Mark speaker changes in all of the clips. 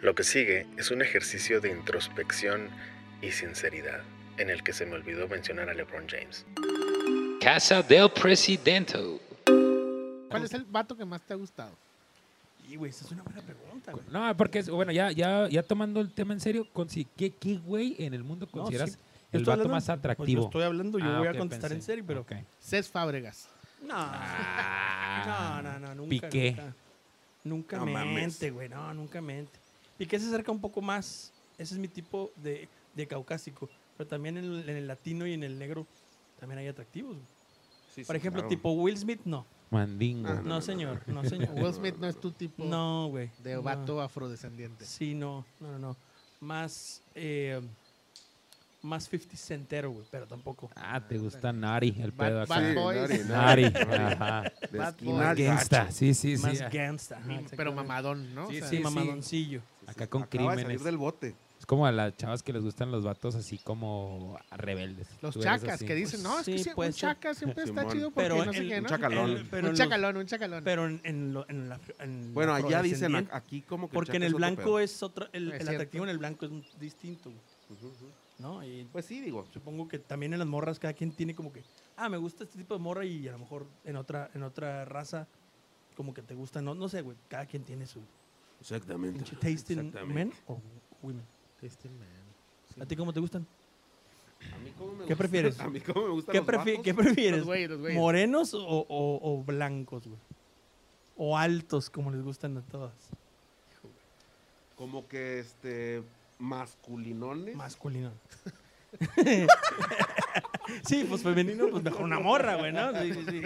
Speaker 1: Lo que sigue es un ejercicio de introspección y sinceridad, en el que se me olvidó mencionar a LeBron James.
Speaker 2: Casa del Presidente.
Speaker 3: ¿Cuál es el vato que más te ha gustado?
Speaker 4: Y, güey, esa es una buena pregunta, güey.
Speaker 5: No, porque, es- bueno, ya, ya, ya tomando el tema en serio, consi- ¿qué, qué güey en el mundo
Speaker 4: No,
Speaker 5: consideras
Speaker 4: sí. Yo
Speaker 5: el vato
Speaker 4: estoy hablando-
Speaker 5: más
Speaker 4: Pues yo
Speaker 5: atractivo?
Speaker 4: estoy hablando, yo
Speaker 5: Ah,
Speaker 4: voy
Speaker 5: ok,
Speaker 4: a contestar en
Speaker 5: pensé.
Speaker 4: serio, pero.
Speaker 5: Ok.
Speaker 3: Cés Fábregas.
Speaker 4: No, no, no, no, nunca.
Speaker 5: Ah, Piqué.
Speaker 4: Nunca, nunca
Speaker 6: No mames.
Speaker 4: mente, güey, no, nunca mente. Piqué se acerca un poco más. Ese es mi tipo de, de caucásico. Pero también en el, en el latino y en el negro también hay atractivos. güey. Por ejemplo, tipo Will Smith, no.
Speaker 5: Mandingo.
Speaker 6: Ah,
Speaker 4: No, señor, no, señor.
Speaker 3: Will Smith no es tu tipo
Speaker 4: No, güey.
Speaker 3: de
Speaker 4: no.
Speaker 3: vato afrodescendiente.
Speaker 4: Sí, no, no, no, no. Más, eh, más 50 centero, güey, pero tampoco.
Speaker 5: Ah, te gusta Nari, el
Speaker 3: Bad-
Speaker 5: pedo acá.
Speaker 3: Bad Boy.
Speaker 6: Nari,
Speaker 5: Nari,
Speaker 6: Nari,
Speaker 5: ajá.
Speaker 6: de
Speaker 3: Bad
Speaker 6: esquina,
Speaker 3: Boy.
Speaker 5: Gangsta, sí, sí, sí.
Speaker 4: más
Speaker 5: ah.
Speaker 4: gangsta. ajá,
Speaker 3: Mi- pero
Speaker 4: exactamente.
Speaker 3: mamadón, ¿no?
Speaker 5: Sí,
Speaker 4: Sí, mamadoncillo.
Speaker 5: Acá con
Speaker 6: Acaba de
Speaker 5: crímenes.
Speaker 6: salir del bote.
Speaker 5: Es como a las chavas que les gustan los vatos así como rebeldes.
Speaker 3: Los
Speaker 5: Tú eres
Speaker 3: chacas
Speaker 5: así.
Speaker 3: que dicen, no, es
Speaker 4: Sí,
Speaker 3: que si-
Speaker 4: puede
Speaker 3: un
Speaker 4: ser.
Speaker 3: chaca siempre está
Speaker 6: Simón.
Speaker 3: chido porque
Speaker 4: Pero
Speaker 3: no sé
Speaker 4: el-
Speaker 3: qué, ¿no?
Speaker 6: Un chacalón.
Speaker 4: El- pero
Speaker 3: un
Speaker 4: en
Speaker 3: chacalón, un chacalón.
Speaker 4: Pero en, en lo- en la, en
Speaker 6: Bueno,
Speaker 4: la
Speaker 6: allá dicen,
Speaker 4: afrodescendiente.
Speaker 6: ac- aquí como que.
Speaker 4: Porque en
Speaker 6: chaca
Speaker 4: el
Speaker 6: otro
Speaker 4: blanco
Speaker 6: pedo.
Speaker 4: es otro. El,
Speaker 3: Es
Speaker 4: el
Speaker 3: cierto.
Speaker 4: atractivo en el blanco es un- distinto, güey,
Speaker 6: Ujú, ujú.
Speaker 4: ¿no? Y
Speaker 6: Pues sí, digo.
Speaker 4: supongo que también en las morras cada quien tiene como que. Ah, me gusta este tipo de morra y a lo mejor en otra, en otra raza como que te gusta. No, no sé, güey. Cada quien tiene su
Speaker 6: Exactamente.
Speaker 4: pinche taste in men o women. ¿A ti cómo te gustan?
Speaker 6: A mí cómo me
Speaker 4: ¿Qué
Speaker 6: gusta-
Speaker 4: prefieres?
Speaker 6: A mí cómo me gustan
Speaker 4: ¿Qué,
Speaker 6: los
Speaker 4: prefi-
Speaker 6: vatos.
Speaker 4: ¿Qué prefieres?
Speaker 3: los güeyes, los güeyes.
Speaker 4: ¿Morenos o, o- o blancos, güey? O altos, como les gustan a todas.
Speaker 6: Como que este. Masculinones.
Speaker 4: Masculino. sí, pues femenino, pues mejor una morra, güey, ¿no? Sí, sí, sí.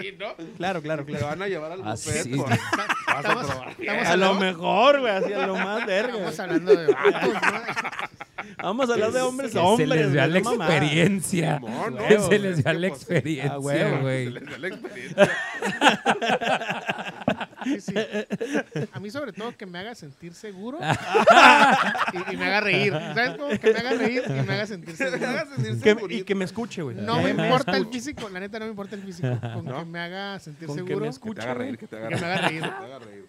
Speaker 4: Claro, claro,
Speaker 6: Te
Speaker 4: claro.
Speaker 6: van a llevar al
Speaker 5: Ah,
Speaker 6: buffet
Speaker 5: sí.
Speaker 6: con- Vas a
Speaker 3: Estamos,
Speaker 6: probar.
Speaker 3: estamos,
Speaker 4: A lo
Speaker 3: hablando,
Speaker 4: mejor, güey, así a lo más verga.
Speaker 3: estamos
Speaker 4: güey.
Speaker 3: hablando de vatos, ¿no?
Speaker 4: Vamos a hablar de hombres
Speaker 5: Que
Speaker 4: a hombres.
Speaker 5: se les vea
Speaker 4: güey,
Speaker 5: la
Speaker 4: no mamadas.
Speaker 5: experiencia.
Speaker 6: Simón, ¿no?
Speaker 5: Que se les
Speaker 6: Es
Speaker 5: vea
Speaker 6: que,
Speaker 5: la
Speaker 6: pues,
Speaker 5: experiencia,
Speaker 4: ah, huevo,
Speaker 5: güey.
Speaker 6: Se les da la experiencia.
Speaker 3: Sí, sí. A mí sobre todo que me haga sentir seguro y, y me haga reír. ¿Sabes cómo? Que me haga reír y me haga sentir
Speaker 6: Se les
Speaker 3: seguro.
Speaker 6: haga sentirse
Speaker 4: Que- y
Speaker 6: bonito.
Speaker 4: que me escuche, güey.
Speaker 3: No
Speaker 4: Que
Speaker 3: me importa el
Speaker 4: escuche.
Speaker 3: físico, la neta no me importa el físico. Con
Speaker 6: ¿No?
Speaker 3: que me haga sentir
Speaker 4: Con que
Speaker 3: seguro.
Speaker 4: me
Speaker 6: Que te haga
Speaker 4: güey.
Speaker 6: reír, que te haga
Speaker 3: Que me haga
Speaker 6: reír.
Speaker 3: reír.
Speaker 6: Que te haga reír.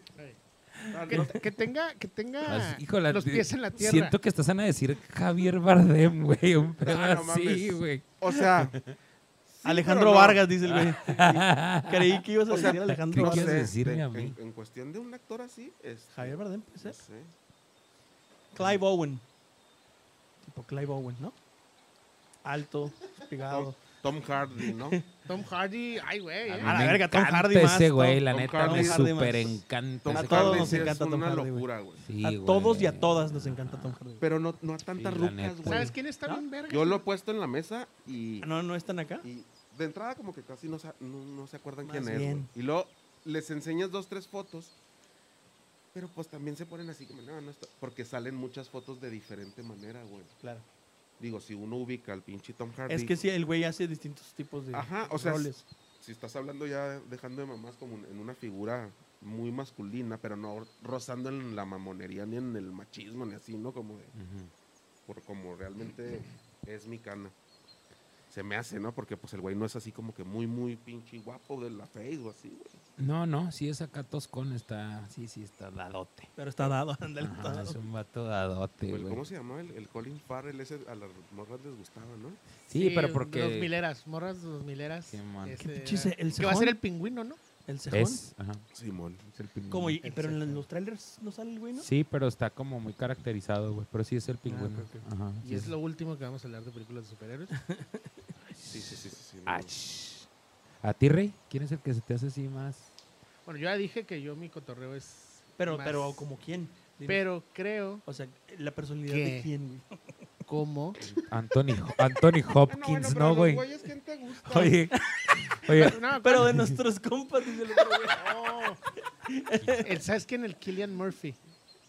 Speaker 6: Ah, no,
Speaker 3: Que, que tenga, que tenga
Speaker 5: Así, híjole,
Speaker 3: Ah, los pies en la tierra.
Speaker 5: Siento que estás a decir Javier Bardem, güey. Un pedo
Speaker 6: Ah, no
Speaker 5: así,
Speaker 6: mames.
Speaker 5: güey.
Speaker 6: O sea, sí,
Speaker 4: Alejandro
Speaker 6: pero no.
Speaker 4: Vargas, dice el güey. Creí que ibas a
Speaker 6: O sea,
Speaker 4: decir Alejandro
Speaker 5: ¿qué
Speaker 6: No
Speaker 4: Vargas.
Speaker 5: quieres
Speaker 6: sé,
Speaker 5: decirme
Speaker 6: de-
Speaker 5: a
Speaker 6: en-
Speaker 5: mí?
Speaker 6: este, En, cuestión de un actor así, es.
Speaker 4: Javier Bardem, puede
Speaker 6: no
Speaker 4: ser.
Speaker 6: sé.
Speaker 4: Clive Owen. Tipo Clive Owen, ¿no? Alto, pegado.
Speaker 6: Tom, Tom Hardy, ¿no?
Speaker 3: Tom Hardy, ay, güey.
Speaker 5: mí
Speaker 3: eh.
Speaker 4: A la
Speaker 5: me
Speaker 4: verga, Tom
Speaker 5: encanta
Speaker 4: Hardy
Speaker 5: ese
Speaker 4: más,
Speaker 5: güey,
Speaker 4: Tom-
Speaker 5: la
Speaker 6: Tom
Speaker 5: neta,
Speaker 6: Hardy
Speaker 5: me
Speaker 4: más.
Speaker 5: súper encanta.
Speaker 6: Tom
Speaker 4: A
Speaker 5: ese
Speaker 4: todos
Speaker 6: Hardy
Speaker 4: nos
Speaker 6: sí es
Speaker 4: encanta Tom
Speaker 6: una
Speaker 4: Hardy, güey.
Speaker 6: locura, güey.
Speaker 5: Sí,
Speaker 4: a
Speaker 5: güey.
Speaker 4: todos y a todas nos encanta Tom Hardy.
Speaker 6: Pero no, no a tantas
Speaker 5: Sí, la
Speaker 6: rucas,
Speaker 5: neta.
Speaker 6: güey.
Speaker 3: ¿Sabes quién está
Speaker 4: ¿No?
Speaker 3: bien verga?
Speaker 6: Yo lo he puesto en la mesa y,
Speaker 4: Ah, ¿No, ¿No están acá?
Speaker 6: y de entrada como que casi no, sa- no, no se acuerdan
Speaker 4: Más
Speaker 6: quién es.
Speaker 4: bien.
Speaker 6: güey. Y luego les enseñas dos, tres fotos, pero pues también se ponen así como, no, no está- Porque salen muchas fotos de diferente manera, güey.
Speaker 4: Claro.
Speaker 6: Digo, si uno ubica al pinche Tom Hardy,
Speaker 4: Es que sí, el güey hace distintos tipos de
Speaker 6: Ajá, o sea,
Speaker 4: roles.
Speaker 6: si estás hablando ya dejando de mamás como en una figura muy masculina, pero no rozando en la mamonería ni en el machismo ni así, ¿no? Como de,
Speaker 5: Ujú.
Speaker 6: por como realmente es mi cana. Se me hace, ¿no? Porque pues el güey no es así como que muy, muy pinche guapo de la face o así, güey.
Speaker 5: No, no, sí es acá toscón, está, sí, sí, está dadote.
Speaker 4: Pero está dado, ándale, está
Speaker 5: Ajá, es
Speaker 4: dado.
Speaker 5: un vato dadote,
Speaker 6: El- ¿Cómo
Speaker 5: güey.
Speaker 6: se llamaba? El, el Colin Farrell, ese a las morras les gustaba, ¿no?
Speaker 5: Sí, pero
Speaker 3: Los
Speaker 5: porque
Speaker 3: mileras, morras dos mileras.
Speaker 5: Sí, man.
Speaker 3: ese
Speaker 4: ¿Qué
Speaker 3: era-
Speaker 4: pinche se- el
Speaker 3: que va a
Speaker 4: cejón?
Speaker 3: ser el pingüino, ¿no?
Speaker 4: El cejón.
Speaker 5: es, ajá,
Speaker 6: Simón.
Speaker 5: es el pingüino.
Speaker 4: Como, y- y- pero en los trailers no sale el güey, ¿no?
Speaker 5: Sí, pero está como muy caracterizado, güey, pero sí es el pingüino.
Speaker 4: ok, ok.
Speaker 5: Ajá,
Speaker 3: Ah, Y
Speaker 5: sí
Speaker 3: es lo último que vamos a hablar de películas de superhéroes.
Speaker 6: Sí, sí, sí, sí. sí,
Speaker 5: Ah,
Speaker 6: no.
Speaker 5: sh- ¿A ti, Rey? ¿Quién es el que se te hace así más?
Speaker 3: Bueno, yo ya dije que yo mi cotorreo es.
Speaker 4: Pero,
Speaker 3: más-
Speaker 4: pero como quién. Dime.
Speaker 3: Pero creo
Speaker 4: o sea, la personalidad
Speaker 3: ¿Qué?
Speaker 4: de quién, güey.
Speaker 3: como.
Speaker 5: Anthony, Anthony Hopkins, ¿no, güey?
Speaker 6: güeyes, ¿quién te gusta?
Speaker 5: Oye, oye,
Speaker 3: No,
Speaker 4: Pero de nuestros compas, dice el otro
Speaker 3: no.
Speaker 4: güey.
Speaker 3: El- ¿Sabes quién? El Killian Murphy.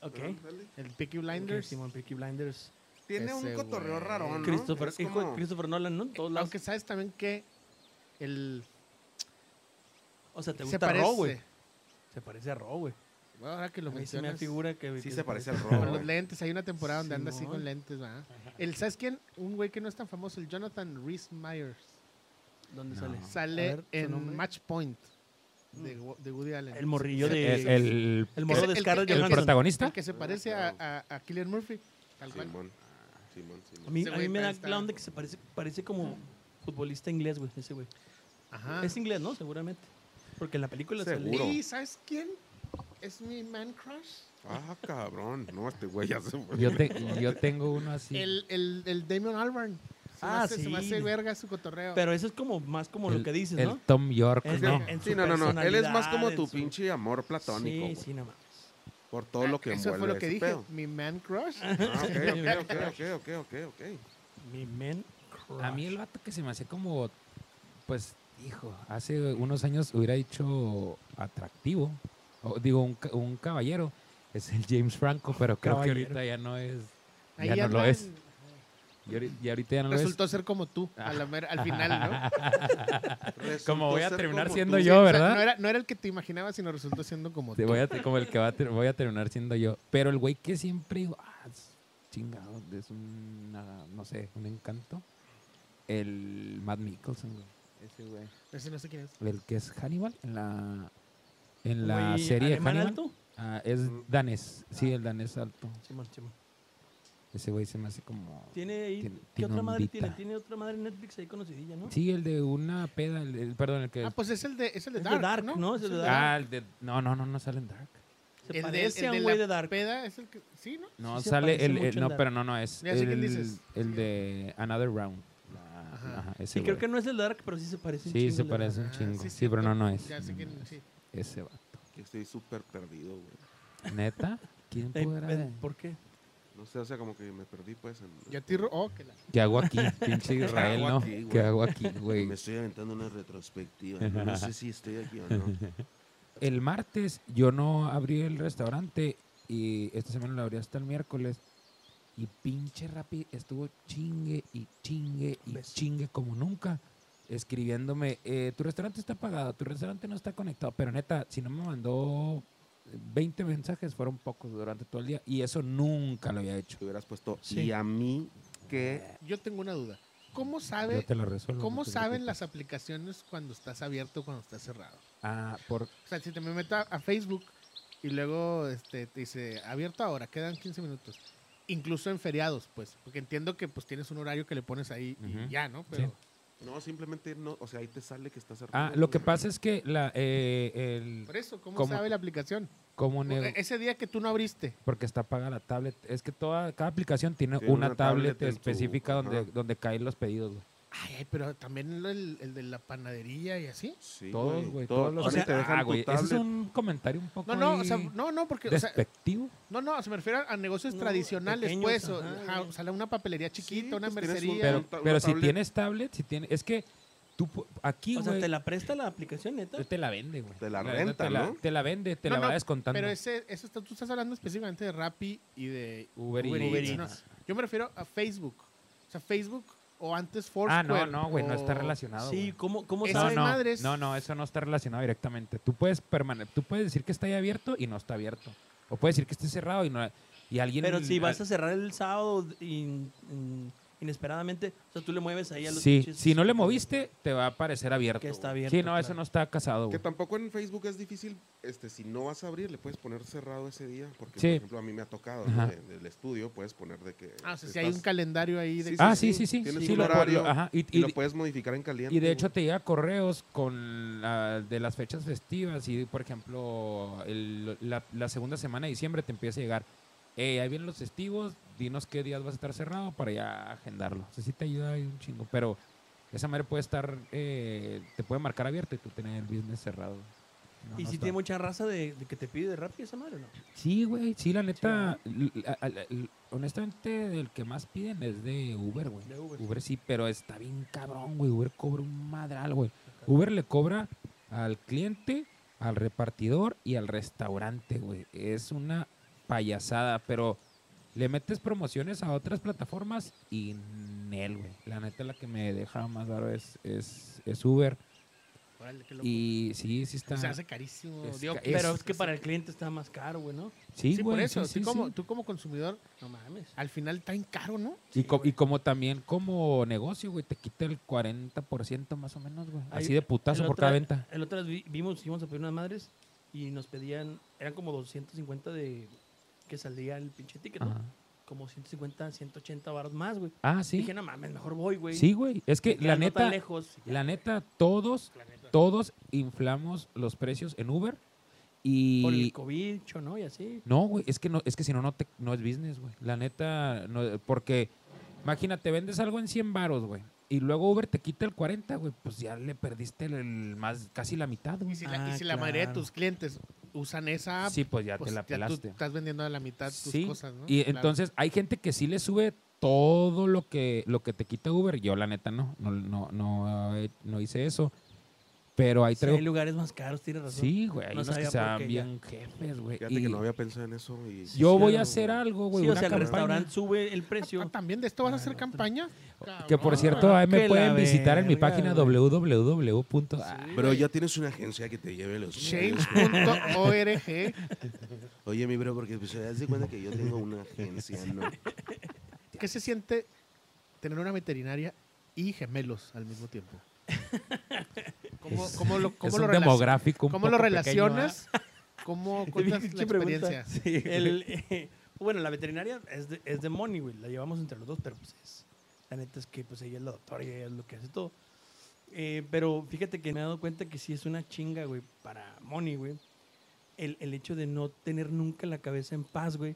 Speaker 4: Ok.
Speaker 6: Ándale.
Speaker 3: El Peaky
Speaker 4: Blinders.
Speaker 3: Blinders.
Speaker 4: Simón Peaky Blinders.
Speaker 6: Tiene
Speaker 3: Ese
Speaker 6: un cotorreo
Speaker 3: güey.
Speaker 6: raro, ¿no?
Speaker 4: Christopher,
Speaker 6: Es
Speaker 4: hijo
Speaker 6: como-
Speaker 4: de Christopher Nolan, ¿no? En todos lados.
Speaker 3: eh, Aunque sabes también que. El.
Speaker 4: O sea, te
Speaker 3: se
Speaker 4: gusta
Speaker 3: parece.
Speaker 4: Ro, güey. Se parece a Ro, güey.
Speaker 3: Ahora que lo
Speaker 4: A mí se me
Speaker 3: mencionas.
Speaker 4: figura que...
Speaker 6: Sí
Speaker 4: que
Speaker 6: se parece al
Speaker 3: Con
Speaker 6: robo,
Speaker 3: los lentes. Hay una temporada donde anda así con
Speaker 4: Simón.
Speaker 3: lentes, ¿verdad? El, ¿Sabes quién? Un güey que no es tan famoso, el Jonathan Rhys Myers.
Speaker 4: ¿Dónde
Speaker 5: No.
Speaker 4: sale?
Speaker 5: Ajá.
Speaker 3: Sale
Speaker 4: A ver, ¿su
Speaker 3: en
Speaker 4: nombre? Mm.
Speaker 3: Match Point. de, Wo- de Woody Allen.
Speaker 4: El morrillo de.
Speaker 5: El, el-
Speaker 4: el morro
Speaker 3: Ese-
Speaker 4: de
Speaker 3: el-
Speaker 4: Scarlett
Speaker 3: el- el
Speaker 5: el
Speaker 4: Johansson.
Speaker 5: protagonista.
Speaker 3: El que se parece a, a, a Killian Murphy. Tal cual.
Speaker 6: Simón. Simón, Simón.
Speaker 4: A mí,
Speaker 3: Ese
Speaker 4: a
Speaker 3: güey
Speaker 4: mí me da
Speaker 3: está-
Speaker 4: la onda que se parece, parece como futbolista inglés, güey, ese güey.
Speaker 3: Ajá.
Speaker 4: Es inglés, ¿no? Seguramente. Porque en la película
Speaker 6: Seguro.
Speaker 4: sale.
Speaker 3: ¿Y sabes quién? Es mi man crush.
Speaker 6: Ah, cabrón. No, este güey ya se fue.
Speaker 5: Yo, te- yo tengo uno así.
Speaker 3: El, el, el Damon Albarn. Se me
Speaker 4: Ah,
Speaker 3: hace- Se me
Speaker 4: sí.
Speaker 3: hace verga su cotorreo.
Speaker 4: Pero eso es como más como lo
Speaker 5: El-
Speaker 4: que dices,
Speaker 5: el
Speaker 4: ¿no?
Speaker 5: Tom York,
Speaker 4: En-
Speaker 5: ¿no?
Speaker 4: en su
Speaker 6: Sí, no, no, no. Él es más como
Speaker 4: personalidad,
Speaker 6: tu
Speaker 4: en su-
Speaker 6: pinche amor platónico.
Speaker 4: Sí,
Speaker 6: güey,
Speaker 4: sí, nada más.
Speaker 6: Por todo lo que
Speaker 3: Eso
Speaker 6: envuelve
Speaker 3: fue lo que
Speaker 6: ese
Speaker 3: dije.
Speaker 6: pedo.
Speaker 3: Mi man crush.
Speaker 6: Ah, ok, ok, ok, ok, ok, ok, ok.
Speaker 4: Mi men.
Speaker 5: A mí el vato que se me hacía como, pues, hijo, hace unos años hubiera dicho atractivo, o, digo, un, ca- un caballero, es el James Franco, pero creo
Speaker 4: Caballero.
Speaker 5: que ahorita ya no es, ya
Speaker 3: Ahí
Speaker 5: no lo
Speaker 3: andan.
Speaker 5: es, y, ahori- y ahorita ya no
Speaker 3: Resultó ser como tú a la mer- al final, ¿no?
Speaker 5: lo es. Como voy a
Speaker 6: Resultó ser
Speaker 5: terminar
Speaker 6: como
Speaker 5: siendo
Speaker 6: tú.
Speaker 5: yo,
Speaker 3: O sea, no,
Speaker 5: ¿verdad?
Speaker 3: era, no era el que te imaginabas, sino resultó siendo como
Speaker 5: Te
Speaker 3: tú.
Speaker 5: voy a te- como el que va a ter- voy a terminar siendo yo. Pero el güey que siempre digo, ah, es chingado, es un, no sé, un encanto, el Matt Mickelson, güey. Ese güey.
Speaker 3: Ese no sé quién es.
Speaker 5: El que es Hannibal en la, en la serie de
Speaker 4: ¿Alemán
Speaker 5: Hannibal.
Speaker 4: alto? Mm. Ah.
Speaker 5: Ah, es danés. Sí, el danés alto.
Speaker 4: Simón, Simón.
Speaker 5: Ese güey se me hace como.
Speaker 4: Tiene ahí.
Speaker 5: Tiene-
Speaker 4: ¿Qué
Speaker 5: tiene
Speaker 4: otra madre
Speaker 5: ondita.
Speaker 4: tiene? Tiene otra madre en Netflix ahí conocidilla, ¿no?
Speaker 5: Sí, el de una peda. El, el- perdón, el que.
Speaker 3: Ah, pues es el de, es el de
Speaker 4: Es de
Speaker 3: Dark,
Speaker 4: Dark,
Speaker 3: ¿no?
Speaker 4: ¿no? Es el de Dark.
Speaker 5: ah, el de. No, no, no, no sale en Dark.
Speaker 3: El
Speaker 4: Se
Speaker 3: de,
Speaker 4: parece
Speaker 3: el
Speaker 4: a
Speaker 3: de
Speaker 4: un güey
Speaker 3: la
Speaker 4: de Dark.
Speaker 3: peda es el que... Sí, ¿no?
Speaker 5: No,
Speaker 4: Sí se
Speaker 5: sale
Speaker 4: parece
Speaker 5: el. el-
Speaker 4: mucho en
Speaker 5: no,
Speaker 4: Dark.
Speaker 5: pero no, no, es.
Speaker 3: Ya sé quién
Speaker 5: el,
Speaker 3: dices.
Speaker 5: el de Another Round. La-
Speaker 3: Ajá.
Speaker 5: ajá, ese
Speaker 4: Sí, creo
Speaker 5: güey.
Speaker 4: que no es el Dark, pero sí se parece un
Speaker 5: Sí,
Speaker 4: chingo
Speaker 5: se
Speaker 4: al de Dark.
Speaker 5: parece un
Speaker 3: Ah,
Speaker 5: chingo.
Speaker 3: sí,
Speaker 5: sí, pero no, no es.
Speaker 3: Ya sé quién, sí.
Speaker 5: Ese va.
Speaker 6: Estoy súper perdido, güey.
Speaker 5: Neta. ¿Quién
Speaker 4: Ey,
Speaker 5: podrá?
Speaker 4: ven, ¿Por qué?
Speaker 6: No sé, o sea, como que me perdí, pues. En,
Speaker 3: Ya tiro... Oh, que la...
Speaker 5: ¿Qué hago aquí? Pinche Israel,
Speaker 6: hago
Speaker 5: ¿no?
Speaker 6: aquí, güey?
Speaker 5: ¿Qué hago aquí, güey?
Speaker 6: Me estoy aventando una retrospectiva. No, No sé si estoy aquí o no.
Speaker 5: El martes yo no abrí el restaurante y esta semana lo abrí hasta el miércoles. Y pinche Rappi estuvo chingue y chingue y
Speaker 4: Ves.
Speaker 5: chingue como nunca. Escribiéndome, eh, tu restaurante está apagado, tu restaurante no está conectado. Pero neta, si no me mandó 20 mensajes, fueron pocos durante todo el día. Y eso nunca lo había hecho.
Speaker 6: Te hubieras puesto.
Speaker 4: Sí.
Speaker 6: Y a mí, que
Speaker 3: Yo tengo una duda. ¿Cómo
Speaker 5: Yo
Speaker 3: sabe...
Speaker 5: te lo resuelvo. no
Speaker 3: ¿Cómo
Speaker 5: te
Speaker 3: saben
Speaker 5: preocupes.
Speaker 3: las aplicaciones cuando estás abierto, cuando estás cerrado?
Speaker 5: Ah, por...
Speaker 3: O sea, si te me meto a, a Facebook y luego este, te dice abierto ahora, quedan 15 minutos. Incluso en feriados, pues. Porque entiendo que pues tienes un horario que le pones ahí
Speaker 5: Ujú.
Speaker 3: y ya, ¿no? Pero
Speaker 5: Sí.
Speaker 6: No, simplemente no. O sea, ahí te sale que estás cerrado.
Speaker 5: Ah, lo que pasa es que la, eh, el...
Speaker 3: por eso, ¿cómo,
Speaker 5: ¿Cómo?
Speaker 3: sabe la aplicación?
Speaker 5: Como nego-
Speaker 3: E- Ese día que tú no abriste.
Speaker 5: Porque está paga la tablet. Es que toda, cada aplicación tiene,
Speaker 6: Tiene
Speaker 5: una,
Speaker 6: una
Speaker 5: tablet,
Speaker 6: tablet en su-
Speaker 5: específica donde,
Speaker 6: ajá.
Speaker 5: donde caen los pedidos, güey.
Speaker 3: Ay, ay, pero también lo- el, el de la panadería y así.
Speaker 6: Sí,
Speaker 5: Todos, güey. Todos los
Speaker 4: O sea,
Speaker 5: ah, güey, Ese es un comentario un poco
Speaker 3: No, no, o
Speaker 5: ahí
Speaker 3: sea, no, no, porque, o sea,
Speaker 5: despectivo.
Speaker 3: no, no, se me refiere a negocios
Speaker 4: No,
Speaker 3: tradicionales,
Speaker 4: pequeños,
Speaker 3: pues, o,
Speaker 4: ajá,
Speaker 3: ja,
Speaker 4: güey.
Speaker 3: o sea, una papelería chiquita,
Speaker 6: Sí,
Speaker 3: una
Speaker 6: pues, tienes un-
Speaker 3: mercería.
Speaker 5: pero
Speaker 6: ta- una
Speaker 5: pero si
Speaker 6: tablet.
Speaker 5: tienes tablet, si tienes... Es que tú pu- aquí,
Speaker 4: O
Speaker 5: güey,
Speaker 4: sea, ¿te
Speaker 5: te, la...
Speaker 4: la presta la aplicación, neta?
Speaker 5: vende, güey.
Speaker 6: Te la
Speaker 5: neta,
Speaker 6: renta,
Speaker 5: te la-
Speaker 6: ¿no?
Speaker 5: te la vende, te
Speaker 3: No,
Speaker 5: la
Speaker 3: no,
Speaker 5: va descontando.
Speaker 3: Pero ese, eso está- tú estás hablando específicamente de Rappi y de
Speaker 5: Uber
Speaker 3: Uber
Speaker 5: Eats.
Speaker 3: Eats, ¿no? Yo me refiero a Facebook. O sea, Facebook o antes
Speaker 5: Ah,
Speaker 3: Foursquare.
Speaker 5: no, no, güey, no está
Speaker 3: o-
Speaker 5: relacionado,
Speaker 4: Sí,
Speaker 5: güey.
Speaker 4: ¿cómo, cómo
Speaker 3: Esa
Speaker 5: No,
Speaker 4: sabes?
Speaker 3: es
Speaker 5: no,
Speaker 3: madres.
Speaker 5: no, no, eso no está relacionado directamente. Tú puedes permane tú puedes decir que está ahí abierto y no está abierto. O puedes decir que esté cerrado y no y alguien
Speaker 4: Pero si vas a cerrar el sábado in- in- inesperadamente, o sea, tú le mueves ahí a los
Speaker 5: Sí,
Speaker 4: pinches-
Speaker 5: si no le moviste, te va a aparecer abierto.
Speaker 4: Que está
Speaker 5: güey.
Speaker 4: abierto,
Speaker 5: Sí, no, eso
Speaker 4: claro.
Speaker 5: no está casado,
Speaker 6: Que
Speaker 5: güey.
Speaker 6: tampoco en Facebook es difícil, este, si no vas a abrir, le puedes poner cerrado ese día. Porque,
Speaker 5: Sí.
Speaker 6: por ejemplo, a mí me ha tocado,
Speaker 5: Ajá.
Speaker 6: ¿no? De- del estudio, puedes poner de que...
Speaker 3: Ah, o sea, si
Speaker 6: estás-
Speaker 3: hay un calendario ahí de...
Speaker 6: Sí,
Speaker 5: Ah, sí, sí, sí.
Speaker 6: Tienes
Speaker 5: sí,
Speaker 6: un
Speaker 5: lo- lo-
Speaker 6: horario
Speaker 5: ajá, y,
Speaker 6: Y,
Speaker 5: y-
Speaker 6: lo puedes modificar en caliente.
Speaker 5: y de hecho
Speaker 6: güey.
Speaker 5: te llega correos con la- de las fechas festivas y, por ejemplo, el- la, la segunda semana de diciembre te empieza a llegar. "Ey, ahí vienen los festivos, dinos qué días vas a estar cerrado para ya agendarlo. O sea, sí te ayuda ahí un chingo, pero esa madre puede estar, eh, te puede marcar abierto y tú tener el business cerrado. No,
Speaker 4: Y
Speaker 5: no
Speaker 4: si
Speaker 5: está.
Speaker 4: tiene mucha raza de, de que te pide de Rappi esa madre, o ¿no?
Speaker 5: Sí, güey, sí, la neta, l- a- a- l- honestamente, del que más piden es de Uber, güey.
Speaker 4: De Uber.
Speaker 5: Pues, Uber sí, pero está bien cabrón, güey. Uber cobra un madral, güey. Uber le cobra al cliente, al repartidor y al restaurante, güey. Es una payasada, pero le metes promociones a otras plataformas y Nel, güey. La neta, la que me deja más raro es, es, es Uber.
Speaker 3: Órale, qué loco.
Speaker 5: Y sí, sí está.
Speaker 3: se hace carísimo.
Speaker 5: es
Speaker 3: digo,
Speaker 5: ca-
Speaker 3: pues,
Speaker 4: Pero es que para el cliente está más caro, güey, ¿no?
Speaker 5: Sí,
Speaker 3: sí,
Speaker 5: güey,
Speaker 3: por eso.
Speaker 5: sí,
Speaker 3: tú,
Speaker 5: sí,
Speaker 3: como,
Speaker 5: sí.
Speaker 3: tú como consumidor,
Speaker 4: No mames.
Speaker 3: al final tan caro, ¿no?
Speaker 5: Y, co- y como también como negocio, güey, te quita el 40% más o menos, güey.
Speaker 4: Ahí,
Speaker 5: Así de putazo
Speaker 4: El
Speaker 5: por
Speaker 4: otra-
Speaker 5: cada venta.
Speaker 4: El otro día vi- vimos, íbamos a pedir unas madres y nos pedían, eran como 250 de que salía el pinche ticket, ¿no?
Speaker 5: Ajá.
Speaker 4: Como 150, 180 baros más, güey.
Speaker 5: Ah, sí.
Speaker 4: Dije, no mames, mejor voy, güey.
Speaker 5: Sí, güey. Es que
Speaker 4: Ya
Speaker 5: la
Speaker 4: no tan
Speaker 5: neta,
Speaker 4: lejos.
Speaker 5: la neta, todos, todos inflamos los precios en Uber. Y.
Speaker 4: Por el COVID, ¿no? Y así.
Speaker 5: No, güey, es que no, es que si no, no, te- no es business, güey. La neta, no, porque imagínate, vendes algo en 100 varos, güey. Y luego Uber te quita el 40, güey. Pues ya le perdiste el, el más, casi la mitad,
Speaker 3: Y
Speaker 5: güey.
Speaker 3: si, la, y
Speaker 4: Ah,
Speaker 3: si la mayoría de
Speaker 4: claro.
Speaker 3: tus clientes usan esa
Speaker 4: Ah,
Speaker 3: app,
Speaker 5: Sí, pues ya
Speaker 3: pues
Speaker 5: te la
Speaker 3: ya tú
Speaker 5: pelaste.
Speaker 3: estás vendiendo a la mitad tus
Speaker 5: Sí,
Speaker 3: cosas, ¿no?
Speaker 5: Y
Speaker 3: Claro.
Speaker 5: entonces hay gente que sí le sube todo lo que, lo que te quita Uber. Yo la neta no, no, no, no, eh, no hice eso. Pero ahí
Speaker 4: Sí, hay
Speaker 5: traigo...
Speaker 4: lugares más caros, tienes razón.
Speaker 5: Sí, güey, hay
Speaker 4: No
Speaker 5: unos que
Speaker 4: sabía
Speaker 5: se
Speaker 4: por
Speaker 5: dan
Speaker 4: qué,
Speaker 5: bien jefes, güey.
Speaker 6: Fíjate
Speaker 5: Y
Speaker 6: que no había pensado en eso. Y
Speaker 5: Yo voy a
Speaker 6: Claro,
Speaker 5: hacer
Speaker 6: güey.
Speaker 5: algo, güey.
Speaker 4: Sí, o
Speaker 5: una
Speaker 4: sea, el
Speaker 5: campaña.
Speaker 4: restaurante sube el
Speaker 3: Ah,
Speaker 4: precio.
Speaker 3: También de esto vas a hacer campaña.
Speaker 5: Que por
Speaker 3: Cabrón,
Speaker 5: cierto, ahí
Speaker 4: que
Speaker 5: me
Speaker 4: la
Speaker 5: pueden visitar en mi
Speaker 4: verga,
Speaker 5: página
Speaker 4: güey.
Speaker 5: www. Ah,
Speaker 6: Pero ya tienes una agencia que te lleve los.
Speaker 3: Change.org.
Speaker 6: Oye, mi bro, porque pues, se das de cuenta que yo tengo una agencia, ¿no?
Speaker 3: ¿Qué se siente tener una veterinaria y gemelos al mismo tiempo? ¿Cómo,
Speaker 5: Es-
Speaker 3: cómo lo, cómo
Speaker 5: es
Speaker 3: lo
Speaker 5: un
Speaker 3: relac-
Speaker 5: demográfico. un
Speaker 3: cómo lo
Speaker 5: poco pequeño, ¿ah?
Speaker 3: relacionas? ¿Cómo cuentas la
Speaker 4: Pinche pregunta.
Speaker 3: experiencia?
Speaker 4: El, eh, bueno, la veterinaria es de, es de Moni, güey. La llevamos entre los dos, pero pues es. La neta es que pues ella es la doctora y ella es lo que hace todo. Eh, pero fíjate que me he dado cuenta que sí es una chinga, güey, para Moni, güey. El, el hecho de no tener nunca la cabeza en paz, güey.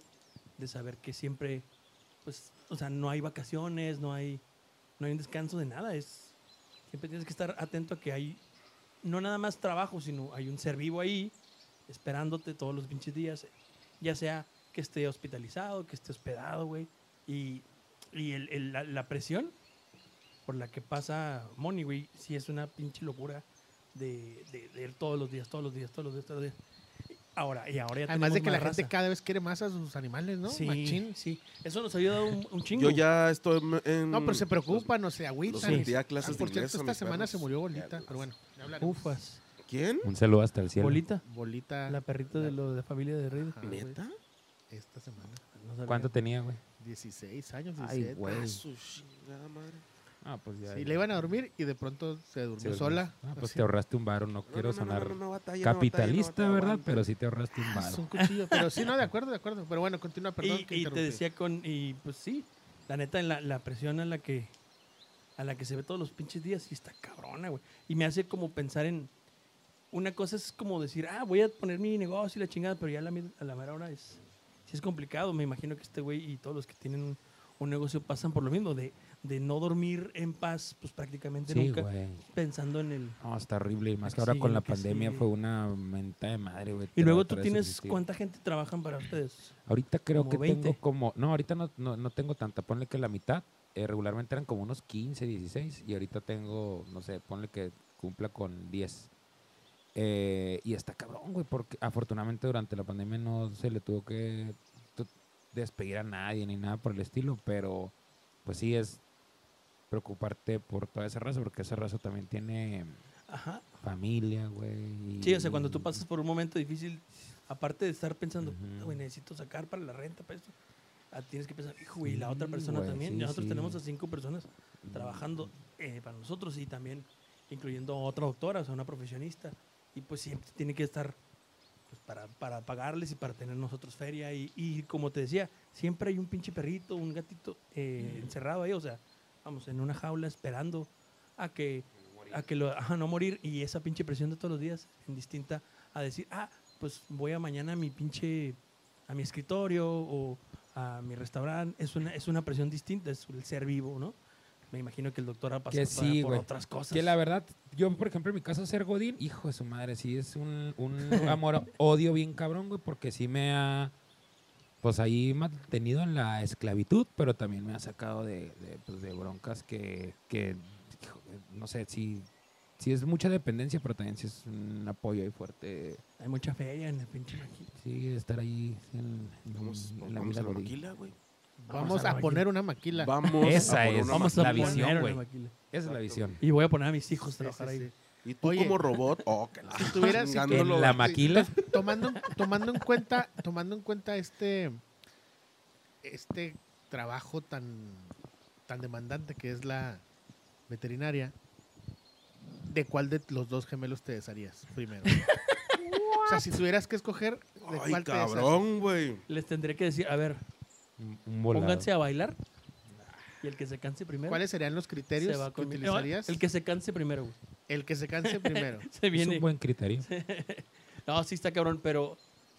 Speaker 4: De saber que siempre, pues, o sea, no hay vacaciones, no hay, no hay un descanso de nada. Es, siempre tienes que estar atento a que hay, no nada más trabajo, sino hay un ser vivo ahí esperándote todos los pinches días ya sea que esté hospitalizado, que esté hospedado, güey. Y, y el- el- la, la presión por la que pasa Moni, güey, sí es una pinche locura de, de- de ir todos los días, todos los días, todos los días, todos los días. Ahora, y ahora ya
Speaker 3: Además de que
Speaker 4: tenemos
Speaker 3: la
Speaker 4: más
Speaker 3: gente
Speaker 4: raza.
Speaker 3: cada vez quiere más a sus animales, ¿no?
Speaker 4: Sí,
Speaker 3: Machín.
Speaker 4: sí. Eso nos ayuda un, un chingo.
Speaker 6: Yo ya estoy en.
Speaker 5: Mm.
Speaker 3: No, pero se preocupan, o se
Speaker 6: los
Speaker 3: agüitan.
Speaker 6: metí a clases
Speaker 3: Ah, por
Speaker 6: de
Speaker 3: cierto,
Speaker 6: inglés a
Speaker 3: esta
Speaker 6: mis
Speaker 3: semana
Speaker 6: perros.
Speaker 3: se murió Bolita,
Speaker 6: Ya,
Speaker 3: pero bueno, ya hablaremos.
Speaker 4: Ufas.
Speaker 6: ¿Quién?
Speaker 5: ¿eh? Un saludo hasta el cielo.
Speaker 4: Bolita,
Speaker 3: Bolita
Speaker 4: la perrita de lo de la familia de Reyes.
Speaker 3: Ajá, Ah, güey,
Speaker 6: ¿Neta?
Speaker 3: esta semana.
Speaker 4: No sabía.
Speaker 5: ¿Cuánto tenía, güey?
Speaker 3: 16 años,
Speaker 5: Ay,
Speaker 3: 17.
Speaker 5: güey.
Speaker 6: Ah, su chingada madre.
Speaker 5: Ah, pues ya.
Speaker 3: Y le iban a dormir y de pronto se durmió
Speaker 5: Sí,
Speaker 3: sola.
Speaker 5: Ah, pues
Speaker 3: Así.
Speaker 5: te ahorraste un varo. No
Speaker 6: No,
Speaker 5: quiero
Speaker 6: no, no, no,
Speaker 5: sonar
Speaker 6: no, no, batalla, no,
Speaker 5: capitalista,
Speaker 6: batalla, no,
Speaker 5: ¿verdad?
Speaker 6: aguanta.
Speaker 5: Pero sí te Ah, ahorraste un
Speaker 3: Es un
Speaker 5: varo.
Speaker 3: cuchillo, pero sí, no, de acuerdo, de acuerdo. Pero bueno, continúa, perdón que
Speaker 4: y, y te
Speaker 3: interrumpí.
Speaker 4: decía con y pues sí la neta en la, la presión a la que a la que se ve todos los pinches días sí está cabrona güey y me hace como pensar en una cosa es como decir ah voy a poner mi negocio y la chingada pero ya a la, mi- a la mera hora es sí es complicado me imagino que este güey y todos los que tienen un, un negocio pasan por lo mismo de, de no dormir en paz pues prácticamente
Speaker 5: Sí,
Speaker 4: nunca
Speaker 5: güey.
Speaker 4: pensando en el
Speaker 5: No, está horrible. Y más que
Speaker 4: Que
Speaker 5: ahora
Speaker 4: sí,
Speaker 5: con la
Speaker 4: que sí.
Speaker 5: pandemia fue una menta de madre, güey.
Speaker 4: y
Speaker 5: Te
Speaker 4: luego
Speaker 5: va a
Speaker 4: tú
Speaker 5: traer
Speaker 4: tienes
Speaker 5: subsistir.
Speaker 4: cuánta gente trabajan para ustedes
Speaker 5: Ahorita creo
Speaker 4: como
Speaker 5: que
Speaker 4: 20.
Speaker 5: tengo como. No, ahorita no, no, no tengo tanta. Ponle que la mitad. eh, regularmente eran como unos 15, 16. Y ahorita tengo, no sé, ponle que cumpla con 10. Eh, y está cabrón, güey, porque afortunadamente durante la pandemia no se le tuvo que tu- despedir a nadie ni nada por el estilo. Pero pues sí es preocuparte por toda esa raza, porque esa raza también tiene
Speaker 4: ajá
Speaker 5: familia, güey.
Speaker 4: Sí, o sea, cuando
Speaker 5: y-
Speaker 4: tú pasas por un momento difícil, aparte de estar pensando,
Speaker 5: Ujú.
Speaker 4: "Puta, güey, necesito sacar para la renta, para esto, ah, tienes que pensar, hijo, y la otra
Speaker 5: Sí,
Speaker 4: persona
Speaker 5: güey,
Speaker 4: también.
Speaker 5: sí,
Speaker 4: nosotros
Speaker 5: sí.
Speaker 4: tenemos a cinco personas trabajando eh, para nosotros y también incluyendo a otra doctora, o sea, una profesionista. Y pues siempre tiene que estar pues, para, para pagarles y para tener nosotros feria. Y, y como te decía, siempre hay un pinche perrito, un gatito eh, encerrado ahí, o sea, vamos, en una jaula esperando a que, a que lo, ajá, no morir. Y esa pinche presión de todos los días, en distinta a decir, ah, pues voy a mañana a mi pinche, a mi escritorio o a mi restaurante. Es una, es una presión distinta, es el ser vivo, ¿no? Me imagino que el doctor ha pasado
Speaker 5: Que sí,
Speaker 4: por
Speaker 5: güey.
Speaker 4: otras cosas.
Speaker 5: Que la verdad, yo, por ejemplo, en mi caso, ser Godín, hijo de su madre, sí es un, un amor, odio bien cabrón, güey, porque sí me ha, pues ahí mantenido en la esclavitud, pero también me ha sacado de, de, pues, de broncas que, que, hijo, no sé, sí, sí es mucha dependencia, pero también sí es un apoyo ahí fuerte,
Speaker 4: Hay mucha feria en el pinche maquila.
Speaker 5: sí, estar ahí en, en-
Speaker 6: Vamos,
Speaker 5: en la
Speaker 6: vamos
Speaker 5: vida
Speaker 6: a la
Speaker 5: Godín.
Speaker 6: maquila, güey.
Speaker 3: Vamos a poner una maquila.
Speaker 6: Vamos
Speaker 5: Esa
Speaker 6: a por
Speaker 5: es.
Speaker 6: una
Speaker 5: Vamos
Speaker 6: maquila.
Speaker 5: la visión,
Speaker 4: poner una
Speaker 5: güey.
Speaker 4: maquila.
Speaker 5: Esa es la visión.
Speaker 4: Y voy a poner a mis hijos a
Speaker 3: Sí,
Speaker 4: trabajar
Speaker 3: sí,
Speaker 4: ahí.
Speaker 3: sí.
Speaker 6: Y tú
Speaker 3: Oye.
Speaker 6: como robot, oh, que la
Speaker 3: Si tuvieras- si
Speaker 5: En
Speaker 6: chingándolo,
Speaker 5: la
Speaker 6: güey.
Speaker 5: maquila.
Speaker 3: tomando, en- tomando en cuenta, tomando en cuenta este, este trabajo tan, tan demandante que es la veterinaria, ¿de cuál de los dos gemelos te desharías primero? o sea, si tuvieras que escoger, ¿de
Speaker 6: Ay,
Speaker 3: cuál te deshaces?
Speaker 6: cabrón, güey.
Speaker 4: Les tendré que decir, a ver,
Speaker 5: Un un volado.
Speaker 4: pónganse a bailar. Y el que se canse primero.
Speaker 3: ¿Cuáles serían los criterios
Speaker 4: se va
Speaker 3: que
Speaker 4: conmigo. No,
Speaker 3: utilizarías?
Speaker 4: el que se canse primero, güey.
Speaker 3: El que se canse primero.
Speaker 4: Se
Speaker 5: Es
Speaker 4: viene.
Speaker 5: un buen criterio.
Speaker 4: No, sí está cabrón, pero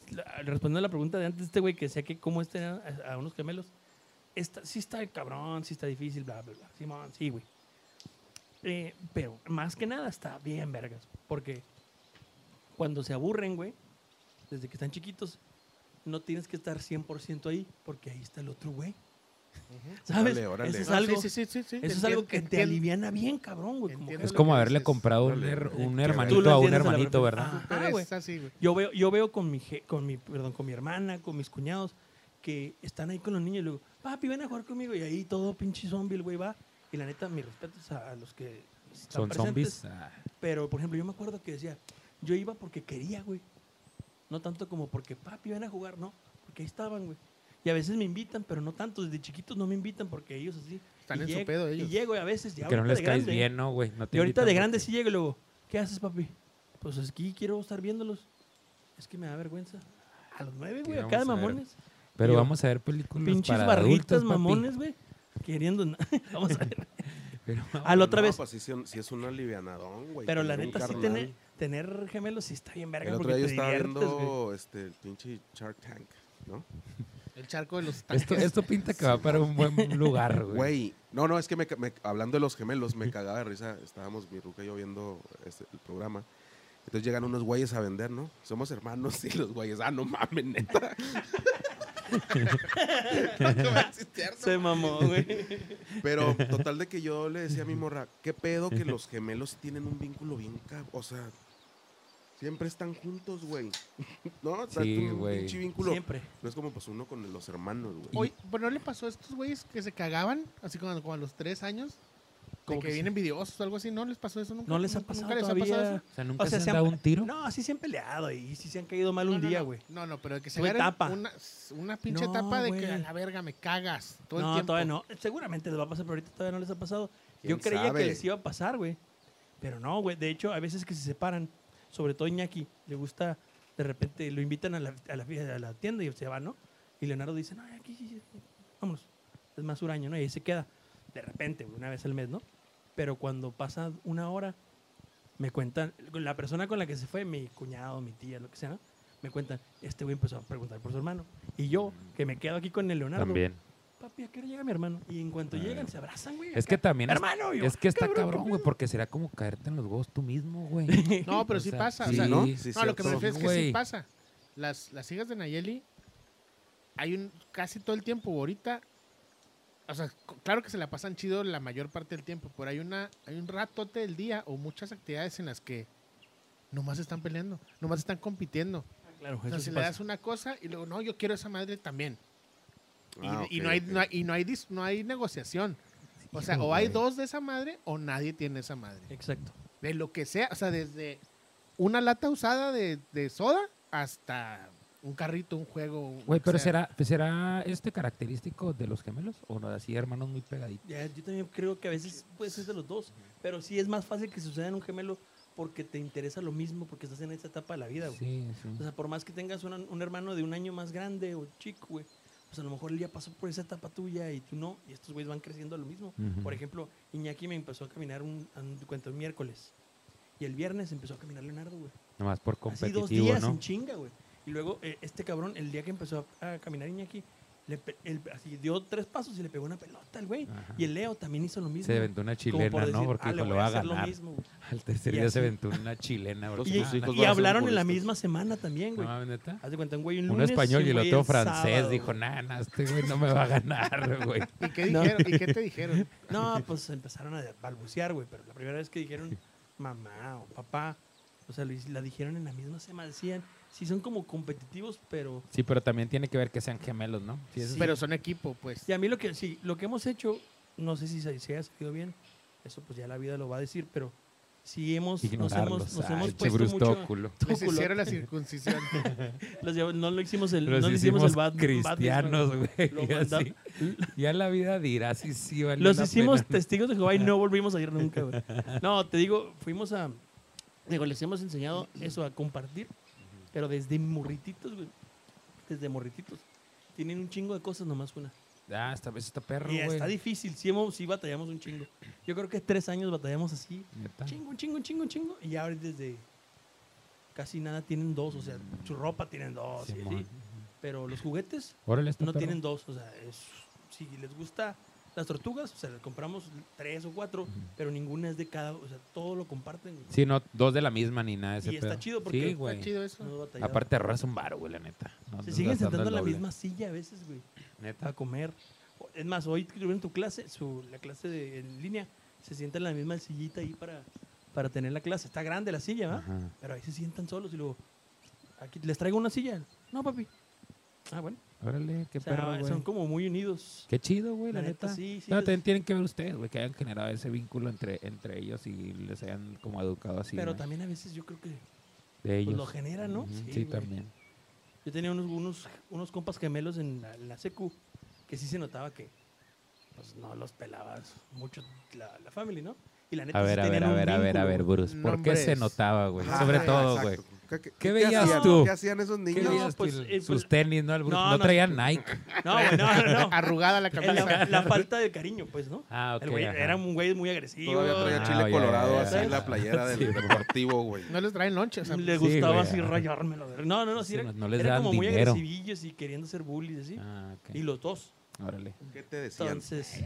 Speaker 4: la- respondiendo a la pregunta de antes, este güey que decía que cómo es tener a, a unos gemelos, está, sí está cabrón, sí está difícil, bla, bla, bla. Simón, sí, güey. Eh, pero más que nada está bien, vergas. Porque cuando se aburren, güey, desde que están chiquitos, no tienes que estar 100% ahí, porque ahí está el otro güey. ¿Sabes?
Speaker 6: Órale, órale.
Speaker 4: Eso es
Speaker 3: No, sí,
Speaker 4: algo,
Speaker 3: Ah, sí, sí, sí, sí,
Speaker 4: Eso es
Speaker 3: entiendo-
Speaker 4: algo que te
Speaker 3: entiendo.
Speaker 4: aliviana bien, cabrón, güey. como
Speaker 3: Entiendo
Speaker 5: Es
Speaker 3: lo
Speaker 4: que-
Speaker 5: como
Speaker 3: que
Speaker 5: haberle
Speaker 3: dices.
Speaker 5: comprado un,
Speaker 6: Dale,
Speaker 5: her-
Speaker 6: güey.
Speaker 5: un
Speaker 6: Tú lo
Speaker 5: hermanito a un
Speaker 4: entiendes a la
Speaker 5: hermanito,
Speaker 4: perfección.
Speaker 5: ¿verdad?
Speaker 4: Ah,
Speaker 3: Pero
Speaker 4: güey.
Speaker 3: es así, güey.
Speaker 4: Yo veo, yo veo con mi je- con mi, perdón, con mi hermana, con mis cuñados, que están ahí con los niños y luego, papi, ven a jugar conmigo. Y ahí todo pinche zombie, el güey va. Y la neta, mis respetos a, a los que están
Speaker 5: Son
Speaker 4: presentes.
Speaker 5: zombies. Ah,
Speaker 4: Pero, por ejemplo, yo me acuerdo que decía, yo iba porque quería, güey. No tanto como porque, papi, ven a jugar, no. Porque ahí estaban, güey. Y a veces me invitan, pero no tanto. Desde chiquitos no me invitan porque ellos así.
Speaker 3: Están
Speaker 4: y
Speaker 3: en su
Speaker 4: lleg-
Speaker 3: pedo ellos.
Speaker 4: Y llego y a veces ya
Speaker 5: que no
Speaker 4: ahorita
Speaker 5: les
Speaker 4: de
Speaker 5: caes
Speaker 4: grande,
Speaker 5: bien, ¿no, güey? No te
Speaker 4: y ahorita de
Speaker 5: invitan
Speaker 4: grande
Speaker 5: porque-
Speaker 4: sí llego y luego, ¿qué haces, papi? Pues aquí quiero estar viéndolos. Es que me da vergüenza. A los nueve, güey,
Speaker 5: Sí,
Speaker 4: acá de
Speaker 5: vamos a ver.
Speaker 4: mamones.
Speaker 5: Pero
Speaker 4: Yo-
Speaker 5: vamos a ver películas
Speaker 4: Pinches
Speaker 5: para
Speaker 4: barritas,
Speaker 5: adultos, papi.
Speaker 4: mamones, güey. Queriendo. na- vamos a ver.
Speaker 5: Pero-
Speaker 4: A Ah, la otra
Speaker 6: No,
Speaker 4: vez.
Speaker 6: Pues sí, sí, sí es un alivianadón, güey.
Speaker 4: Pero la
Speaker 6: tener un
Speaker 4: neta, sí
Speaker 6: carnal.
Speaker 4: tener, tener gemelos sí está bien verga.
Speaker 6: El otro
Speaker 4: porque
Speaker 6: día yo
Speaker 4: te
Speaker 6: estaba
Speaker 4: diviertes, güey.
Speaker 6: viendo este, el pinche Shark Tank, ¿no?
Speaker 3: El charco de los
Speaker 5: Esto,
Speaker 3: tanques.
Speaker 5: esto pinta que va para un buen lugar, güey.
Speaker 6: Güey, no, no, es que me ca- me- hablando de los gemelos, me cagaba de risa. Estábamos mi ruca y yo viendo este, el programa. Entonces llegan unos güeyes a vender, ¿no? Somos hermanos y los güeyes, ah, no mames, neta. No mames, es cierto.
Speaker 4: Se mamó, güey.
Speaker 6: Pero total de que yo le decía a mi morra, qué pedo que los gemelos tienen un vínculo bien cab... O sea, siempre están juntos, güey. ¿No? O sea,
Speaker 5: Sí,
Speaker 6: tienen un
Speaker 5: güey.
Speaker 6: pinche vínculo.
Speaker 4: Siempre.
Speaker 6: No es como pues uno con los hermanos, güey.
Speaker 3: Oye, ¿pero no le pasó a estos güeyes que se cagaban, así como, como a los tres años? Como
Speaker 4: Como
Speaker 3: que,
Speaker 4: que sí.
Speaker 3: vienen videosos o algo así, ¿no les pasó eso nunca?
Speaker 4: No les ha
Speaker 3: ¿Nunca
Speaker 4: pasado
Speaker 3: les ha
Speaker 4: todavía.
Speaker 3: pasado eso?
Speaker 5: O sea, nunca
Speaker 4: O sea,
Speaker 5: se
Speaker 4: se
Speaker 5: han
Speaker 4: han-
Speaker 5: dado un tiro.
Speaker 4: No, sí se han peleado y sí se han caído mal
Speaker 3: No,
Speaker 4: un
Speaker 3: no,
Speaker 4: día,
Speaker 3: no.
Speaker 4: güey.
Speaker 3: No, no, pero de que se
Speaker 4: Tuve
Speaker 3: agarren
Speaker 4: etapa.
Speaker 3: una, una pinche
Speaker 4: No,
Speaker 3: etapa de que
Speaker 4: güey.
Speaker 3: a la verga me cagas todo el
Speaker 4: No,
Speaker 3: tiempo.
Speaker 4: todavía no. Seguramente les va a pasar, pero ahorita todavía no les ha pasado. Yo
Speaker 6: ¿Quién
Speaker 4: creía
Speaker 6: sabe?
Speaker 4: que les iba a pasar, güey. Pero no, güey. De hecho, a veces que se separan, sobre todo Iñaki, le gusta, de repente lo invitan a la, a la, fie- a la tienda y se va, ¿no? Y Leonardo dice, no, aquí, sí, sí, vámonos. Es más huraño, ¿no? Y ahí se queda. De repente, güey, una vez al mes, ¿no? Pero cuando pasa una hora, me cuentan, la persona con la que se fue, mi cuñado, mi tía, lo que sea, ¿no? me cuentan, este güey empezó a preguntar por su hermano. Y yo, que me quedo aquí con el Leonardo,
Speaker 5: También.
Speaker 4: papi, ¿a qué hora llega mi hermano? Y en cuanto llegan, se abrazan, güey.
Speaker 5: Es que
Speaker 4: acá.
Speaker 5: también. es-
Speaker 4: Hermano, yo,
Speaker 5: Es que está
Speaker 4: cabrón,
Speaker 5: cabrón,
Speaker 4: ¿qué
Speaker 5: güey,
Speaker 4: pedo?
Speaker 5: porque será como caerte en los huevos tú mismo, güey.
Speaker 3: No, pero
Speaker 5: O
Speaker 3: sí
Speaker 5: sea,
Speaker 3: pasa.
Speaker 5: sí,
Speaker 3: o sea,
Speaker 5: ¿no?
Speaker 3: no,
Speaker 6: Sí,
Speaker 3: no, lo que me refiero
Speaker 6: cierto.
Speaker 3: es que
Speaker 5: Güey.
Speaker 3: sí pasa. Las, las hijas de Nayeli, hay un casi todo el tiempo ahorita. O sea, c- claro que se la pasan chido la mayor parte del tiempo, pero hay una hay un ratote del día o muchas actividades en las que nomás están peleando, nomás están compitiendo.
Speaker 4: Claro,
Speaker 3: O sea,
Speaker 4: eso
Speaker 3: si
Speaker 4: sí
Speaker 3: le
Speaker 4: pasa.
Speaker 3: das una cosa y luego, no, yo quiero esa madre también. Y,
Speaker 6: Ah,
Speaker 3: y
Speaker 6: ok,
Speaker 3: no hay,
Speaker 6: ok.
Speaker 3: no hay- y no hay, dis- no hay negociación. O sea, o hay dos de esa madre o nadie tiene esa madre.
Speaker 4: Exacto.
Speaker 3: De lo que sea, o sea, desde una lata usada de, de soda hasta un carrito, un juego. un-
Speaker 5: Güey,
Speaker 3: o
Speaker 5: pero
Speaker 3: sea,
Speaker 5: será, será este característico de los gemelos o no, así hermanos muy pegaditos.
Speaker 4: Ya, yo también creo que a veces puede ser de los dos, pero sí es más fácil que suceda en un gemelo porque te interesa lo mismo, porque estás en esa etapa de la vida, güey.
Speaker 5: Sí, sí.
Speaker 4: O sea, por más que tengas una- un hermano de un año más grande o chico, güey, pues a lo mejor él ya pasó por esa etapa tuya y tú no, y estos güeyes van creciendo a lo mismo.
Speaker 5: Ujú.
Speaker 4: Por ejemplo, Iñaki me empezó a caminar un, a un- cuenta, un miércoles y el viernes empezó a caminar Leonardo, güey.
Speaker 5: Nomás por
Speaker 4: Así dos
Speaker 5: competitivo,
Speaker 4: días
Speaker 5: ¿no?
Speaker 4: en chinga, güey. Y luego eh, este cabrón, el día que empezó a, a caminar Iñaki, le pe- el- así dio tres pasos y le pegó una pelota al güey.
Speaker 5: Ajá.
Speaker 4: Y el Leo también hizo lo mismo.
Speaker 5: Se aventó una chilena,
Speaker 4: por
Speaker 5: ¿no?
Speaker 4: decir,
Speaker 5: Porque
Speaker 4: "Ah,
Speaker 5: dijo,
Speaker 4: le
Speaker 5: lo
Speaker 4: voy
Speaker 5: va
Speaker 4: a
Speaker 5: a
Speaker 4: hacer lo
Speaker 5: ganar.
Speaker 4: mismo, güey.
Speaker 5: Al tercer
Speaker 4: Y
Speaker 5: día se
Speaker 4: así.
Speaker 5: aventó una chilena, bro.
Speaker 6: Los
Speaker 4: Y,
Speaker 6: sus hijos
Speaker 4: y
Speaker 6: van a ser
Speaker 4: hablaron en la
Speaker 6: futbolistas.
Speaker 4: misma semana también, güey.
Speaker 5: No, neta.
Speaker 4: Haz de cuenta, un güey un
Speaker 5: Uno
Speaker 4: lunes
Speaker 5: Ah. español y el
Speaker 4: güey
Speaker 5: otro
Speaker 4: el
Speaker 5: francés
Speaker 4: sábado,
Speaker 5: dijo,
Speaker 4: güey.
Speaker 5: nah, nah, este güey no me va a ganar, güey.
Speaker 3: ¿Y qué
Speaker 4: No.
Speaker 3: dijeron? ¿Y qué te dijeron?
Speaker 4: No, pues empezaron a balbucear, güey. Pero la primera vez que dijeron mamá o papá, o sea, lo hic- la dijeron en la misma semana. Decían, sí, son como competitivos, pero
Speaker 5: Sí, pero también tiene que ver que sean gemelos, ¿no? Sí, eso
Speaker 4: Sí.
Speaker 3: Pero son equipo, pues.
Speaker 4: Y a mí lo que sí, lo que hemos hecho, no sé si se, se ha salido bien, eso pues ya la vida lo va a decir, pero sí hemos, nos
Speaker 5: Ignorarlos.
Speaker 4: hemos, nos
Speaker 5: Ay,
Speaker 4: hemos
Speaker 5: che
Speaker 4: puesto mucho...
Speaker 5: brustóculo.
Speaker 3: Les
Speaker 4: Tóculo.
Speaker 3: hicieron Pues, la circuncisión.
Speaker 4: Los llevo- no lo hicimos el,
Speaker 5: Los
Speaker 4: no le hicimos
Speaker 5: hicimos
Speaker 4: el Bad-
Speaker 5: cristianos,
Speaker 4: Bad-
Speaker 5: güey.
Speaker 4: Lo
Speaker 5: y
Speaker 4: manda-
Speaker 5: así. Ya la vida dirá si sí valió
Speaker 4: Los
Speaker 5: la
Speaker 4: hicimos
Speaker 5: pena.
Speaker 4: testigos de Jehová y no volvimos a ir nunca, güey. No, te digo, fuimos a. Digo, les hemos enseñado eso, a compartir. Pero desde morrititos, güey. Desde morrititos. Tienen un chingo de cosas nomás una.
Speaker 5: Ah, esta vez está perro,
Speaker 4: Y
Speaker 5: güey.
Speaker 4: está difícil, sí, hemos, sí batallamos un chingo. Yo creo que tres años batallamos así.
Speaker 5: Neta.
Speaker 4: Chingo, un chingo, un chingo, un chingo. Y ahora desde casi nada tienen dos. O sea, su ropa tienen dos. y
Speaker 5: Simón.
Speaker 4: así. Pero los juguetes
Speaker 5: Órale, está
Speaker 4: no
Speaker 5: perro.
Speaker 4: tienen dos, o sea, es- si les gusta las tortugas, o sea, les compramos tres o cuatro, pero ninguna es de cada, o sea, todo lo comparten. güey.
Speaker 5: Sí, no, dos de la misma ni nada de ese
Speaker 4: Y está
Speaker 5: pedo.
Speaker 4: chido porque
Speaker 5: Sí,
Speaker 4: está
Speaker 3: Está
Speaker 5: güey.
Speaker 3: chido
Speaker 4: No
Speaker 3: eso.
Speaker 4: batallamos.
Speaker 5: Aparte, ahorras un bar, güey, la neta. No
Speaker 4: se
Speaker 5: andas
Speaker 4: siguen
Speaker 5: gastando
Speaker 4: sentando
Speaker 5: el
Speaker 4: en la
Speaker 5: doble.
Speaker 4: misma silla a veces, güey,
Speaker 5: Neta.
Speaker 4: a comer. O- Es más, hoy que tuvieron tu clase, su, la clase de, en línea, se sientan en la misma sillita ahí para, para tener la clase. Está grande la silla, ¿va?
Speaker 5: Ajá.
Speaker 4: Pero ahí se sientan solos y luego, aquí les traigo una silla. No, papi. Ah, bueno.
Speaker 5: Órale, qué
Speaker 4: O sea,
Speaker 5: perro,
Speaker 4: son
Speaker 5: güey.
Speaker 4: como muy unidos.
Speaker 5: Qué chido, güey, la,
Speaker 4: La neta,
Speaker 5: neta.
Speaker 4: sí, sí
Speaker 5: Pero
Speaker 4: les-
Speaker 5: también tienen que ver ustedes, güey, que hayan generado ese vínculo entre, entre ellos y les hayan como educado así.
Speaker 4: pero
Speaker 5: güey,
Speaker 4: también a veces yo creo que
Speaker 5: de ellos.
Speaker 4: pues, lo genera, ¿no?
Speaker 5: Ujú,
Speaker 4: Sí,
Speaker 5: Sí,
Speaker 4: güey.
Speaker 5: también.
Speaker 4: Yo tenía unos, unos, unos compas gemelos en la, en la secu que sí se notaba que pues no los pelabas mucho la, la family, ¿no? Y la neta
Speaker 5: A
Speaker 4: sí
Speaker 5: ver, a ver,
Speaker 4: tenían
Speaker 5: a
Speaker 4: un
Speaker 5: ver, a ver, a
Speaker 4: vínculo,
Speaker 5: ver,
Speaker 4: güey.
Speaker 5: Bruce. ¿Por qué se
Speaker 3: Nombres.
Speaker 5: notaba, güey?
Speaker 6: Ajá,
Speaker 5: Sobre todo, güey.
Speaker 6: Ah, exacto. ¿Qué, qué,
Speaker 5: veías
Speaker 6: hacían?
Speaker 5: tú?
Speaker 6: ¿Qué hacían esos
Speaker 5: ¿Qué
Speaker 6: niños?
Speaker 5: veías
Speaker 4: pues,
Speaker 5: tú?
Speaker 4: eh, pues,
Speaker 5: Sus tenis, ¿no? El Bruce
Speaker 4: no,
Speaker 5: no,
Speaker 4: no,
Speaker 5: traían Nike.
Speaker 4: No, güey, no, no, no.
Speaker 3: Arrugada la
Speaker 4: Es
Speaker 3: camisa.
Speaker 4: la, la falta de cariño, pues, ¿no?
Speaker 5: Ah, ok.
Speaker 4: El güey
Speaker 5: ajá.
Speaker 4: era un güey muy agresivo.
Speaker 6: Todavía traía
Speaker 5: Ah,
Speaker 6: chile
Speaker 5: ya,
Speaker 6: colorado
Speaker 5: ya,
Speaker 6: así
Speaker 4: ya.
Speaker 6: en la playera
Speaker 5: Sí.
Speaker 6: del deportivo, güey.
Speaker 3: No les traen lonche. O sea,
Speaker 4: Le
Speaker 5: Sí,
Speaker 4: gustaba
Speaker 5: güey,
Speaker 4: así
Speaker 5: ajá.
Speaker 4: rayármelo. de- No, no, no, sí,
Speaker 5: Sí,
Speaker 4: era,
Speaker 5: no- no les
Speaker 4: era
Speaker 5: daban
Speaker 4: como muy
Speaker 5: dinero.
Speaker 4: agresivillos y queriendo ser bullies, así.
Speaker 5: Ah, ok.
Speaker 4: Y los dos.
Speaker 5: Órale.
Speaker 6: ¿Qué te decían?
Speaker 4: Entonces,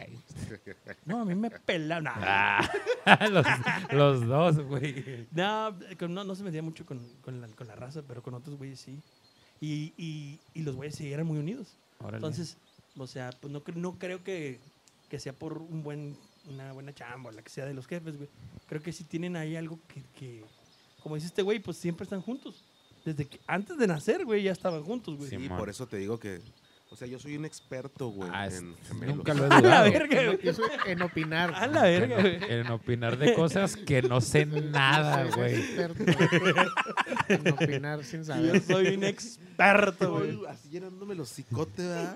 Speaker 4: no, a mí me pelaban. Nah.
Speaker 5: Ah, los, los dos, güey.
Speaker 4: No, con- no, no se metía mucho con, con la, con la raza, pero con otros güeyes sí. Y, y, y los güeyes sí eran muy unidos.
Speaker 5: Órale.
Speaker 4: Entonces, o sea, pues no, cre- no creo que, que sea por un buen, una buena chamba, o la que sea de los jefes, güey. Creo que sí tienen ahí algo que, que como dice este güey, pues siempre están juntos. Desde que antes de nacer, güey, ya estaban juntos, güey.
Speaker 5: Sí,
Speaker 6: Sí,
Speaker 5: Simón.
Speaker 6: por eso te digo que. O sea, yo soy un experto, güey,
Speaker 5: Ah, es-
Speaker 6: en gemelos.
Speaker 5: nunca lo he
Speaker 4: A la
Speaker 5: dudado.
Speaker 4: verga, güey.
Speaker 3: Eso en opinar.
Speaker 4: A la verga, güey.
Speaker 5: En opinar de cosas que no sé nada,
Speaker 3: Soy
Speaker 5: güey.
Speaker 3: experto En opinar sin
Speaker 4: Yo
Speaker 3: saber.
Speaker 4: soy un experto, güey.
Speaker 6: Uy, Así llenándome los cicotes, ¿verdad?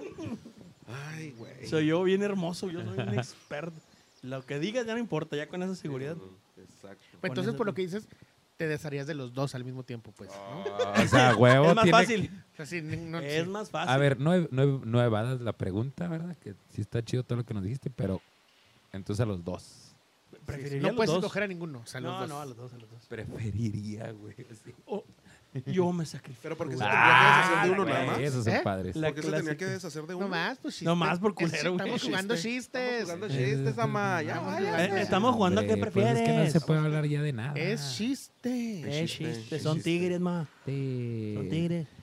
Speaker 6: Ay, güey.
Speaker 4: Soy yo bien hermoso, yo soy un experto. Lo que digas ya no importa, ya con esa seguridad.
Speaker 6: Exacto.
Speaker 3: Pues entonces, por lo que dices, te desharías de los dos al mismo tiempo, pues. ¿no?
Speaker 5: O sea, huevo
Speaker 4: Es más
Speaker 5: tiene
Speaker 4: fácil.
Speaker 3: O sea, sí, no-
Speaker 4: Es
Speaker 3: sí.
Speaker 4: más fácil.
Speaker 5: A ver, no, ev- no, ev- no evadas la pregunta, ¿verdad? Que sí está chido todo lo que nos dijiste, pero entonces a los dos.
Speaker 4: preferiría
Speaker 3: no
Speaker 4: los
Speaker 3: puedes
Speaker 4: dos.
Speaker 3: escoger a ninguno. O sea, los
Speaker 4: no,
Speaker 3: dos.
Speaker 4: no, a los dos, a los dos.
Speaker 5: Preferiría, güey.
Speaker 4: O- yo me sacrifico.
Speaker 6: Pero porque se
Speaker 4: güey.
Speaker 5: Ah,
Speaker 6: tendría que deshacer
Speaker 5: güey,
Speaker 6: de uno nada más.
Speaker 5: Esos son
Speaker 3: ¿Eh?
Speaker 5: padres.
Speaker 4: La-
Speaker 6: Porque se tenía que
Speaker 4: clásica.
Speaker 6: deshacer de uno.
Speaker 3: No más, pues chistes.
Speaker 4: No más por
Speaker 3: Es que
Speaker 4: culero, güey.
Speaker 3: Estamos jugando
Speaker 6: Estamos
Speaker 3: chistes.
Speaker 6: jugando chistes, ama. Ya,
Speaker 3: Estamos
Speaker 6: vaya.
Speaker 4: Eh, Estamos jugando a qué
Speaker 5: Hombre, pues es
Speaker 4: prefieres.
Speaker 5: que no se puede hablar ya de nada.
Speaker 3: Es chiste.
Speaker 4: Eh,
Speaker 6: chiste,
Speaker 4: chiste,
Speaker 6: es
Speaker 4: Son
Speaker 6: chiste.
Speaker 4: tigres, ma.
Speaker 5: Sí.
Speaker 4: Son tigres.